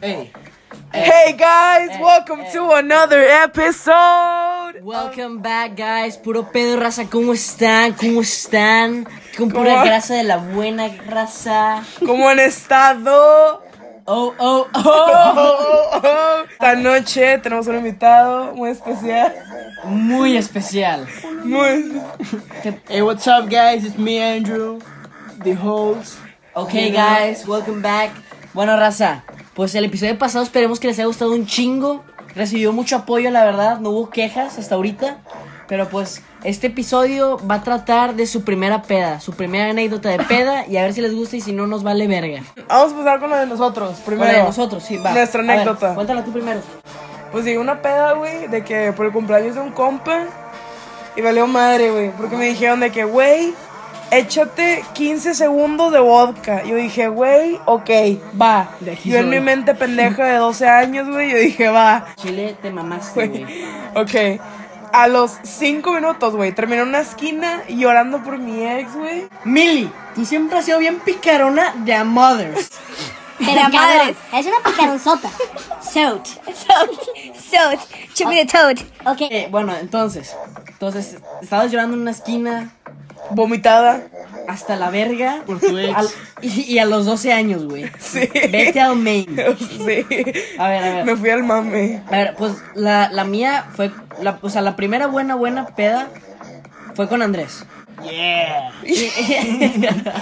Hey. Hey guys, Eh, welcome to another episode. Welcome back, guys. Puro pedo, raza. ¿Cómo están? ¿Cómo están? Con ¿Cómo? pura grasa de la buena raza. ¿Cómo han estado? Oh, oh, oh. Oh, oh, oh. Esta noche tenemos un invitado muy especial. Muy especial. Muy... Hey, what's up, guys? It's me, Andrew, the host. Ok, guys. Welcome back. Bueno, raza. Pues el episodio pasado esperemos que les haya gustado un chingo. Recibió mucho apoyo, la verdad. No hubo quejas hasta ahorita. Pero pues este episodio va a tratar de su primera peda, su primera anécdota de peda y a ver si les gusta y si no nos vale verga. Vamos a empezar con lo de nosotros primero. Con la de nosotros, sí, va. Nuestra A ver, anécdota. cuéntala tú primero. Pues llegué a una peda, güey, de que por el cumpleaños de un compa y valió madre, güey, porque me dijeron de que, güey, échate 15 segundos de vodka. Yo dije, güey, ok, va. De aquí Yo en soy. mi mente pendeja de 12 años, güey, yo dije, va. Chile, te mamaste, güey. Ok. A los cinco minutos, güey, terminé en una esquina llorando por mi ex, güey. Mili, tú siempre has sido bien picarona de a mothers. Pero madre, es una picaronzota. Soat. Soat. Soat. Chup me the toad. Ok. Eh, bueno, entonces, entonces, estabas llorando en una esquina Vomitada. hasta la verga. Por tu ex. Al- y, y a los 12 años, güey. Sí. Vete al main. sí. A ver, a ver. Me fui al mame. A ver, pues la, la mía fue, la, o sea, la primera buena, buena peda fue con Andrés. Yeah.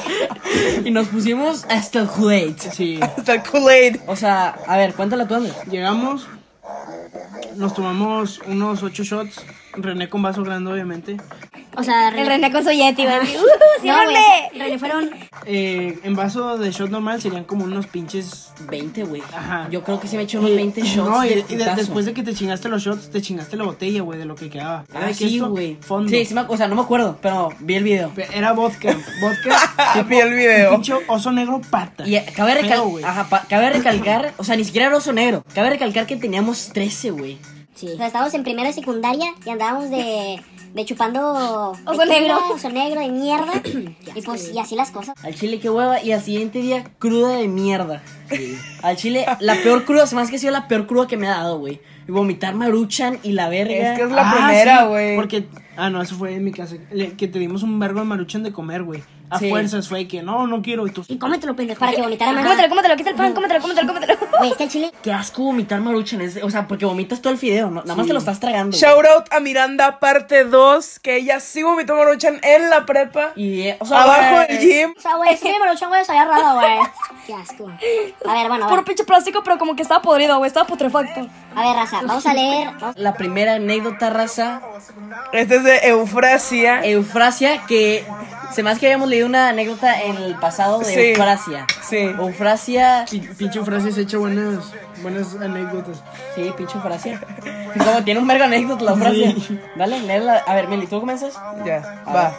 y nos pusimos hasta el Kuwait. Sí. Hasta el Kool-Aid. O sea, a ver, cuéntala tú, Andrés. Llegamos, nos tomamos unos ocho shots. René con vaso grande, obviamente. O sea, El René con su Yeti, güey. No, ¡Uh, güey, siempre! René fueron Eh, en vaso de shot normal serían como unos pinches. 20, güey. Ajá. Yo creo que se me echó unos 20 shots. No, y, de y de- putazo. después de que te chingaste los shots, te chingaste la botella, güey, de lo que quedaba. Era Ah, de que sí, esto, güey. Fondo. Sí, sí me, o sea, no me acuerdo, pero vi el video. Pe- Era vodka. Vodka. Vi el video. un pinche oso negro pata. Ah, Y eh, cabe, recal- Feo, güey. ajá, pa- cabe recalcar, o sea, ni siquiera era oso negro. Cabe recalcar que teníamos 13, güey. O sea, estábamos en primero de secundaria y andábamos de, de chupando. Ojo tequila, negro. Ojo negro de mierda. y pues, y así las cosas. Al chile que hueva y al siguiente día cruda de mierda. Al chile, la peor cruda, se me hace que ha sido la peor cruda que me ha dado, güey. Y vomitar maruchan y la verga. Es que es la primera, güey. Ah, porque, ah, no, eso fue en mi casa. le- que te dimos un vergo de maruchan de comer, güey. A Sí. fuerzas fue que no, no quiero. Y tú, Y cómetelo, pendejo. Para que vomitara más. Ah, Cómetelo, cómetelo, quita el pan, cómetelo, cómetelo, cómetelo. Güey, es que el chile. Qué asco vomitar maruchan, es- o sea, porque vomitas todo el fideo, ¿no? nada más te lo estás tragando. güey. Shout out a Miranda, parte 2, que ella sí vomitó maruchan en la prepa. Y, eh, o sea, abajo güey, del gym. O sea, güey, es que me maruchan, güey, sabía raro, güey. Qué asco. A ver, bueno, a Puro ver. pinche plástico, pero como que estaba podrido, güey. Estaba putrefacto. A ver, raza, vamos a leer. vamos- La primera anécdota raza Este es de Eufrasia. Eufrasia, que se más que habíamos leído una anécdota en el pasado de Sí. Eufrasia. Sí. Eufrasia. Pi- Pinche frases hecha buenas, buenas anécdotas. Sí, pinche Eufrasia. Como tiene un verga anécdota la Eufrasia. Dale, léela. A ver, Meli, ¿tú comienzas? Ya, va.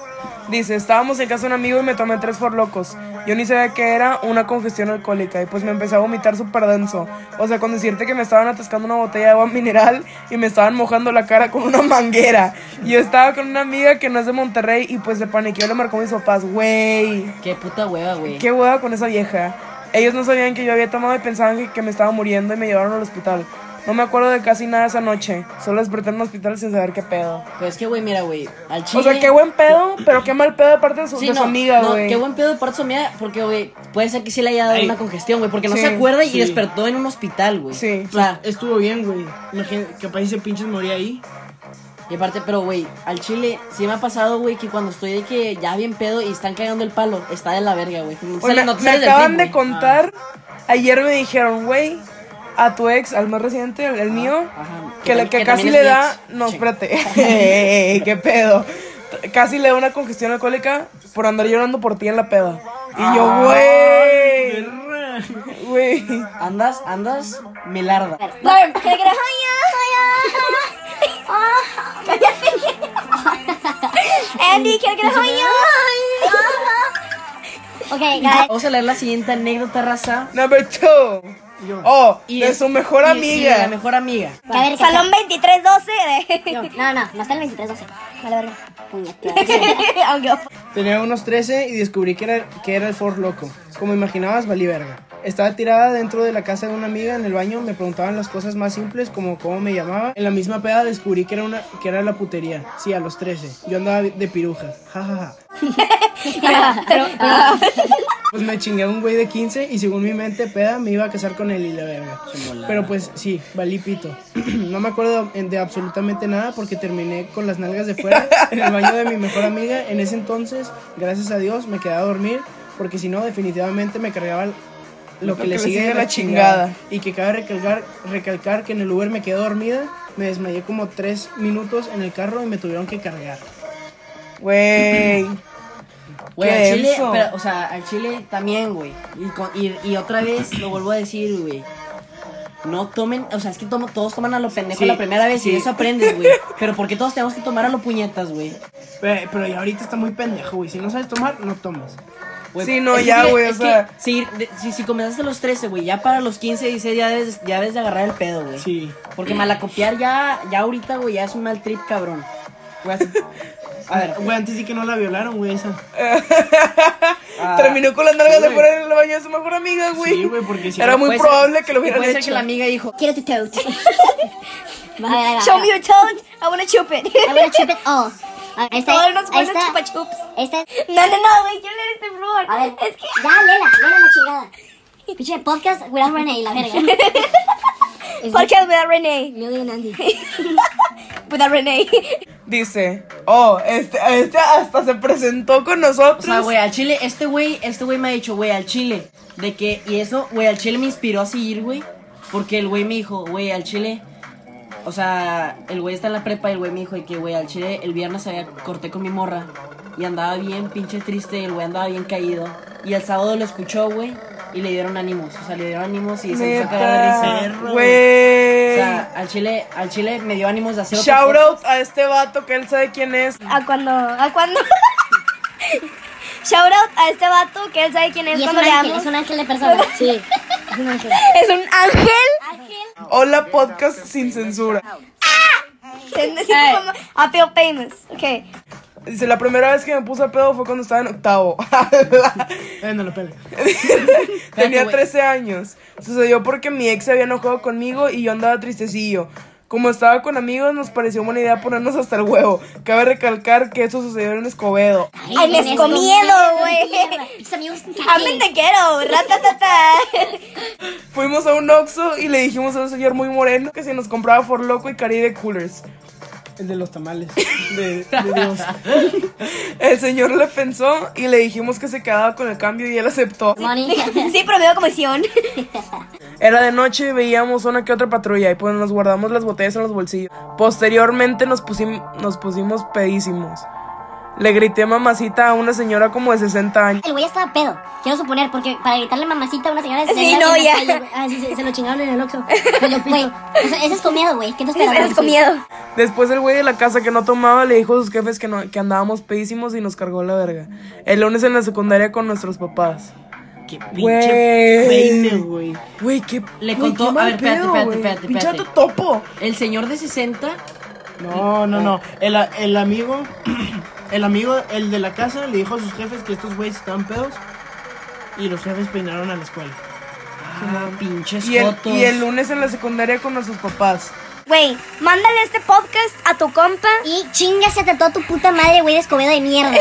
Dice, estábamos en casa de un amigo y me tomé tres forlocos. Yo ni sabía que era una congestión alcohólica y pues me empecé a vomitar súper denso. O sea, con decirte que me estaban atascando una botella de agua mineral y me estaban mojando la cara con una manguera. Yo estaba con una amiga que no es de Monterrey y pues se paniqueó y le marcó a mis papás. Güey, Qué puta hueva, güey. qué hueva con esa vieja. Ellos no sabían que yo había tomado y pensaban que, que me estaba muriendo y me llevaron al hospital. No me acuerdo de casi nada esa noche. Solo desperté en el hospital sin saber qué pedo. Pues que, güey, mira, güey. Al chile. O sea, qué buen pedo, pero qué mal pedo de parte de su, Sí, de su no, amiga, no, güey. qué buen pedo de parte de su amiga, porque, güey, puede ser que sí le haya dado Ay. una congestión, güey, porque no Sí, se acuerda y sí. despertó en un hospital, güey. Sí. O sea, Estuvo bien, güey. Imagínate, capaz ese pinches moría ahí. Y aparte, pero güey, al chile sí me ha pasado, güey, que cuando estoy de que ya bien pedo y están cagando el palo, está de la verga, güey. No te Oye, sale- me, no te me sales del Ah. acaban trip, de güey. contar, ayer me dijeron, güey, a tu ex, al más reciente, el, el mío, Ah, ajá, que, que le, tam- que, que casi también le es mi da, ex. no, Sí. espérate, Ey, qué pedo, casi le da una congestión alcohólica por andar llorando por ti en la peda. Y Ah. yo, güey, güey, Ah. Andas, andas, me larda. Burn, que gra- ay, Andy, que gra- ay, Ok, guys. Vamos a leer la siguiente anécdota, raza. number two, oh, Y de es- su mejor y- y de amiga. la mejor amiga. Que a ver, que- Salón 2312 de... No, no, no está el 23-12. Vale, verga. Puñetera. Aunque- Tenía unos 13 y descubrí que era, que era el Ford Loco. Como imaginabas, valí verga. Estaba tirada dentro de la casa de una amiga en el baño, me preguntaban las cosas más simples como cómo me llamaba. En la misma peda descubrí que era una que era la putería. Sí, a los 13. Yo andaba de piruja. Ja, ja, ja. Pues me chingué a un güey de 15 y según mi mente peda me iba a casar con él y la verga. Pero pues sí, valí pito. No me acuerdo en- de absolutamente nada porque terminé con las nalgas de fuera en el baño de mi mejor amiga. En ese entonces, gracias a Dios, me quedé a dormir porque si no definitivamente me cargaba lo, que, le sigue, de la chingada. Y que cabe recalcar, recalcar que en el Uber me quedé dormida, me desmayé como 3 minutos en el carro y me tuvieron que cargar. Güey. Güey, Qué al Chile, denso. pero, o sea, al Chile también, güey. Y, con- y, y otra vez lo vuelvo a decir, güey. No tomen, o sea, es que tomo- todos toman a lo pendejo Sí, la primera vez y sí. eso aprendes, güey. Pero ¿por qué todos tenemos que tomar a lo puñetas, güey? Pero, pero ya ahorita está muy pendejo, güey. Si no sabes tomar, no tomes. Güey, Sí, no, Pues, es que ya, sí, güey, es o que sea. sí, de- si, si comenzaste a los 13, güey, ya para los 15, 16 ya debes, ya debes de agarrar el pedo, güey. Sí. Porque malacopiar ya, ya ahorita, güey, ya es un mal trip, cabrón. Güey, así- a ver, Güey, antes sí que no la violaron, güey, esa. ah, Terminó con las nalgas sí, de fuera en el baño de su mejor amiga, güey. Sí, güey, porque si Era no, muy puede ser- probable que lo y hubieran Puede hecho. ser que la amiga dijo, Quiero tu toad. Va, va, va, Show va. me your toes. I wanna chup it. I wanna chup it all. Oh, A ver, este, Esta, Todos nos buenos esta, chupa chups. esta, No, no, no, güey. Quiero leer este flor. a ver, Es que. ya, léela, léela la chingada. Pinche podcast without René y la verga. Es Podcast without Renee. Million Andy. Without Renee. Dice, oh, este, este hasta se presentó con O nosotros. sea, güey, al chile, este güey, este güey me ha dicho, güey, al chile, de que, y eso, güey, al chile me inspiró a seguir, güey, porque el güey me dijo, güey, al chile, o sea, el güey está en la prepa y el güey me dijo, de que, güey, al chile, el viernes había, corté con mi morra y andaba bien pinche triste, y el güey andaba bien caído, y el sábado lo escuchó, güey, y le dieron ánimos, o sea, le dieron ánimos y se me sacaba de risa. Neta, O güey. sea, al chile, al chile me dio ánimos de hacer otro Shout podcast. out a este vato que él sabe quién es. A cuando. A cuando. Shout out a este vato que él sabe quién es Y es un cuando le ángel, damos. es un ángel de persona. Sí, es un ángel. Es un ángel. Hola, podcast sin censura. Se- se- como- I feel famous. Okay. Dice, la primera vez que me puse a pedo fue cuando estaba en octavo. Eh, no la pela. Tenía güey. 13 años. Sucedió porque mi ex se había enojado conmigo y yo andaba tristecillo. Como estaba con amigos, nos pareció buena idea ponernos hasta el huevo. Cabe recalcar que eso sucedió en Escobedo. Ay, les comiedo, güey. Mis amigos con I'm in the ghetto. Ratatata. Fuimos a un Oxxo y le dijimos a un señor muy moreno que si nos compraba For Loco y Caribe Coolers. El de los tamales. De, de Dios. El señor le pensó y le dijimos que se quedaba con el cambio y él aceptó. Money. Sí, promedio comisión. Era de noche y veíamos una que otra patrulla y pues nos guardamos las botellas en los bolsillos. Posteriormente nos, pusim- nos pusimos pedísimos. Le grité mamacita a una señora como de 60 años. El güey estaba pedo, quiero suponer, porque para gritarle mamacita a una señora de Sí, 60 no, en la ya. calle, güey. Ah, sí, se, se lo chingaron en el Oxxo. Güey, o sea, ese es comido, güey. ¿Qué te esperas? Eres con miedo. Después el güey de la casa que no tomaba le dijo a sus jefes que, no- que andábamos pedísimos y nos cargó la verga. El lunes en la secundaria con nuestros papás. Qué Güey. pinche peine, güey. Güey, qué... Le güey, contó- qué mal a ver, espérate, pedo, espérate, güey. espérate, Pinche espérate. vato topo. El señor de 60 No, no, no. El, a- el amigo, el amigo, el de la casa, le dijo a sus jefes que estos güeyes estaban pedos. Y los jefes peinaron a la escuela. Ah, pinches Y el, jotos. y el lunes en la secundaria con nuestros papás. Güey, mándale este podcast a tu compa. Y chingase a toda tu puta madre, güey, de Escobedo de mierda.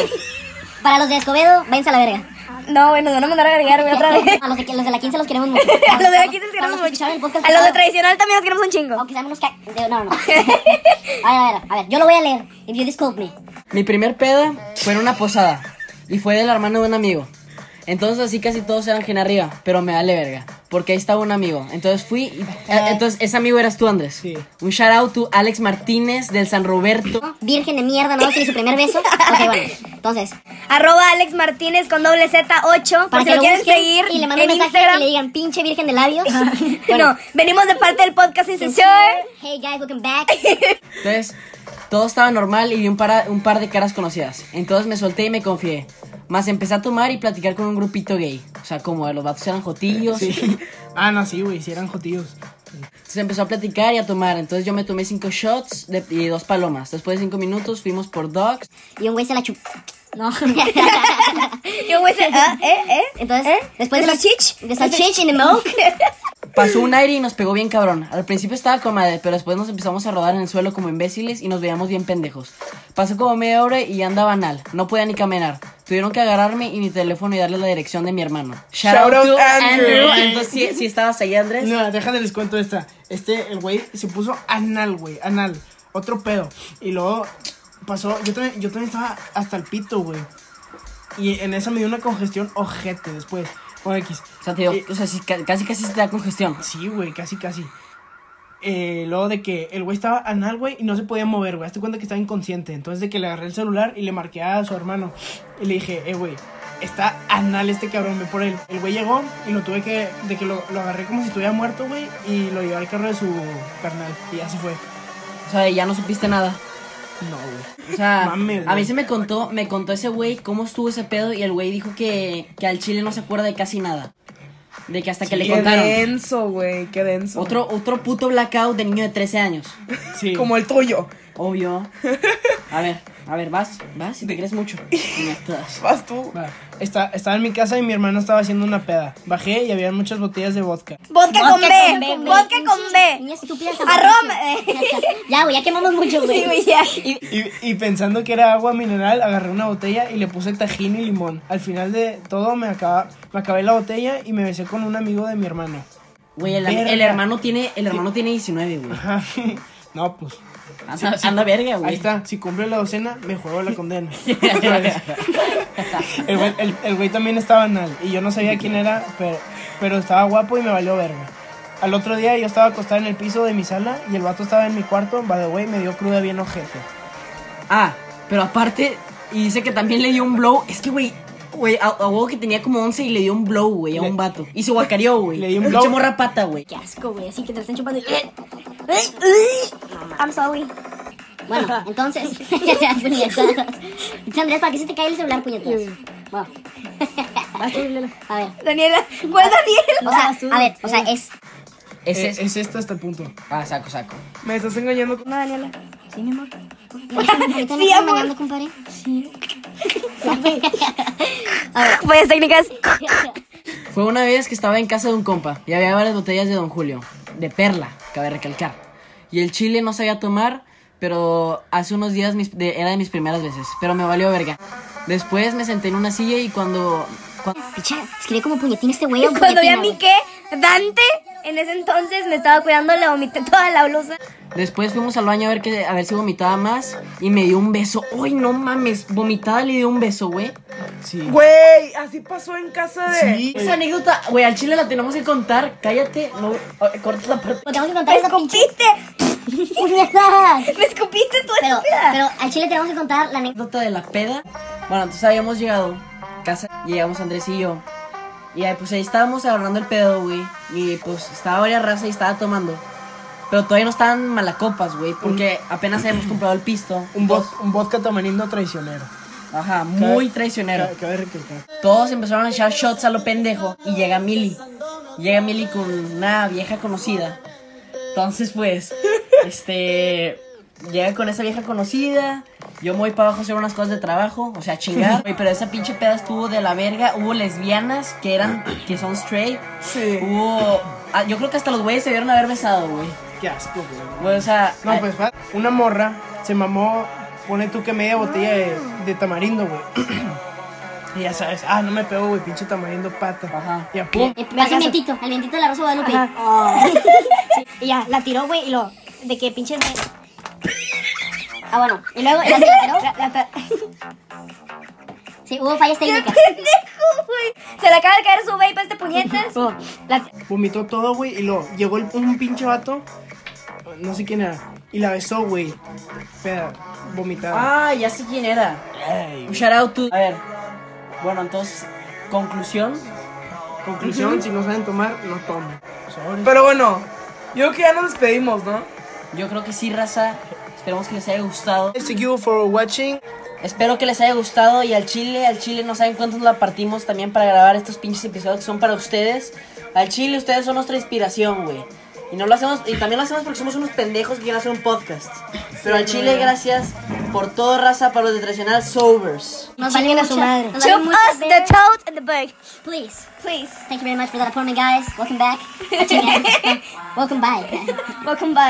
Para los de Escobedo, váyanse a la verga. No, güey, nos van a mandar a agregar, güey, otra vez. A los de, que- los de la 15 los queremos mucho. A los de aquí se los Para queremos los que escucharon el mucho. podcast A los de pasado. tradicional también los queremos un chingo. Aunque sean unos ca... de- No, no, no. A ver, a ver, a ver. Yo lo voy a leer. If you disculpe me. Mi primer peda fue en una posada y fue del hermano de un amigo. Entonces así casi todos eran gen arriba, pero me vale verga, porque ahí estaba un amigo. Entonces fui, y- eh, entonces ese amigo eras tú Andrés. Sí. Un shout out to Alex Martínez del San Roberto. ¿No? Virgen de mierda, no va a ser su primer beso. Ok, bueno. Entonces, Arroba Alex Martínez con doble Z8. Por para si que lo lo quieren busquen seguir y le manden en un mensaje Instagram. y le digan pinche virgen de labios. no, venimos de parte del podcast eh? sin censura. Hey guys, welcome back. Entonces todo estaba normal y vi un, para- un par de caras conocidas. Entonces me solté y me confié. Más empecé a tomar y platicar con un grupito gay. O sea, como los vatos eran jotillos. Ah, no, sí, güey, sí eran jotillos. Se empezó a platicar y a tomar. Entonces yo me tomé cinco shots de- y dos palomas. Después de cinco minutos fuimos por dogs. Y un güey se la chupó. No. Yo voy a decir, ah, eh, eh. Entonces, ¿Eh? después ¿De de salchich? De salchich in the milk. Pasó un aire y nos pegó bien cabrón. Al principio estaba con madre, pero después nos empezamos a rodar en el suelo como imbéciles y nos veíamos bien pendejos. Pasó como media hora y ya andaba anal. No podía ni caminar. Tuvieron que agarrarme y mi teléfono y darle la dirección de mi hermano. Shout, Shout out to Andrew. Entonces, si estabas ahí, Andrés. No, déjame les cuento esta. Este, el güey se puso anal, güey, anal. Otro pedo. Y luego pasó, yo también, yo también estaba hasta el pito, güey. Y en esa me dio una congestión ojete después. Con X. O sea, te digo, Y- o sea, sí, ca- casi casi se te da congestión. Sí, güey, casi, casi. Eh, luego de que el güey estaba anal, güey, y no se podía mover, güey. Hazte cuenta que estaba inconsciente. Entonces, de que le agarré el celular y le marqué a su hermano. Y le dije, eh, güey, está anal este cabrón, ve por él. El güey llegó y lo tuve que, de que lo, lo agarré como si estuviera muerto, güey, y lo llevé al carro de su carnal. Y ya se fue. O sea, ya no supiste nada. No, güey. O sea, Mames, a mí güey. se me contó, me contó ese güey cómo estuvo ese pedo y el güey dijo que, que al chile no se acuerda de casi nada. De que hasta que le Qué contaron. denso, güey, qué denso. Otro, otro puto blackout de niño de 13 años. Sí. Como el tuyo. Obvio. A ver, a ver, vas, vas, si te crees mucho. Ya estás. Vas tú. Va. Está- estaba en mi casa y mi hermano estaba haciendo una peda. Bajé y había muchas botellas de vodka. Vodka con B. güey. Vodka con B. Niña estúpida. esa Arroz, mujer. Ya, güey, ya quemamos mucho, güey. Sí, güey, ya. Y, y pensando que era agua mineral, agarré una botella y le puse tajín y limón. Al final de todo me, acaba, me acabé la botella y me besé con un amigo de mi hermano. Güey, el, Verga. el hermano tiene, el hermano tiene 19, güey. Ajá. No, pues. Anda, anda verga, Ahí güey. está. Si cumple la docena, me juego la condena. El güey, el- el güey también estaba anal y yo no sabía quién era, pero, pero estaba guapo y me valió verga. Al otro día yo estaba acostada en el piso de mi sala y el vato estaba en mi cuarto. By the way, me dio cruda bien ojete. Ah, pero aparte, y dice que también le dio un blow. Es que, güey, güey, a, a huevo que tenía como 11 y le dio un blow, güey, a Le- un vato. Y se guacareó, güey. Le dio un Pinche blow. morra pata, güey. Qué asco, güey. Así que te lo están chupando y... I'm sorry. Bueno, entonces... puñetas. Dice Andrés, ¿para qué se te cae el celular, puñetas? Bueno. A ver. Daniela, ¿cuál O Daniela? Ah, sea, a ver, o sea, es... Ese Eh, es. es esto hasta el punto. Ah, saco, saco. Me estás engañando con. No, Daniela. Sí, mi amor. Sí, Sí, amor. amor. compadre? Sí. A ver. Fallas técnicas. Fue una vez que estaba en casa de un compa y había varias botellas de Don Julio, de perla, cabe recalcar. Y el chile no sabía tomar, pero hace unos días mis- de- era de mis primeras veces, pero me valió verga. Después me senté en una silla y cuando... cua- Picha, escribe como puñetín este güey. o Y cuando vi a puñetina, mí güey. que Dante, en ese entonces me estaba cuidando, le vomité toda la blusa. después fuimos al baño a ver, que, a ver si vomitaba más y me dio un beso. ¡Ay, no mames! Vomitada le dio un beso, güey. Sí. Güey, así pasó en casa de. Sí. Esa anécdota, güey, al chile la tenemos que contar. Cállate, no... eh, Corta la parte. Pues tenemos que contar Me esa pinche escupiste. puñetas. Me escupiste tú, Pero, estúpida. pero al chile tenemos que contar la anécdota. anécdota de la peda. Bueno, entonces habíamos llegado a casa, llegamos Andrés y yo. Y ahí, pues ahí estábamos agarrando el pedo, güey. Y pues estaba varias razas y estaba tomando. Pero todavía no estaban malacopas, güey. Porque apenas habíamos comprado el pisto. Un, vod- un vodka tamarindo traicionero. Ajá, muy Ca- traicionero. ca- Cabe recalcar. Todos empezaron a echar shots a lo pendejo y llega Milly. Llega Milly con una vieja conocida. Entonces, pues, este. Llega con esa vieja conocida. Yo me voy para abajo a hacer unas cosas de trabajo, o sea, chingar. Güey, Pero esa pinche peda estuvo de la verga. Hubo lesbianas que eran, que son straight. Sí. Hubo. ah, yo creo que hasta los güeyes se vieron haber besado, güey. Qué asco, güey. Güey, o sea. No, ay, pues, va. una morra se mamó, pone tú que media botella de, de tamarindo, güey. y ya sabes, ah, no me pego, güey, pinche tamarindo pata. Ajá. Y a pum. Eh, Pasa el vientito, el vientito de la Rosa de Guadalupe. Sí, y ya, la tiró, güey, y lo. De que pinche. Ah, bueno. Y luego, ya se la tiró. La- la ta- Sí, hubo fallas ¡Qué técnicas. pendejo, güey! Se le acaba de caer su vape a este puñetas. Oh. La- Vomitó todo, güey, y luego llegó el- un pinche vato, no sé quién era, y la besó, güey. Peda, vomitada. Ah, ya sé quién era. Ey, Un güey. shout out to. A ver. Bueno, entonces, conclusión. Conclusión, si no saben tomar, no tomen. Sobre. Pero bueno, yo creo que ya nos despedimos, ¿no? Yo creo que sí, raza. Esperemos que les haya gustado. Thank you for watching. Espero que les haya gustado. Y al chile, al chile, no saben cuántos la partimos también para grabar estos pinches episodios que son para ustedes. Al chile, ustedes son nuestra inspiración, güey. Y no lo hacemos, y también lo hacemos porque somos unos pendejos que quieren hacer un podcast. Pero al chile, gracias por todo raza para los de tradicional Sobers. Nos vale Chinguen a mucho- su madre. nos vale Chop mucho us ver- the toad and the bug. Please. Please. Thank you very much for that appointment, guys. Welcome back. Welcome back. Welcome back.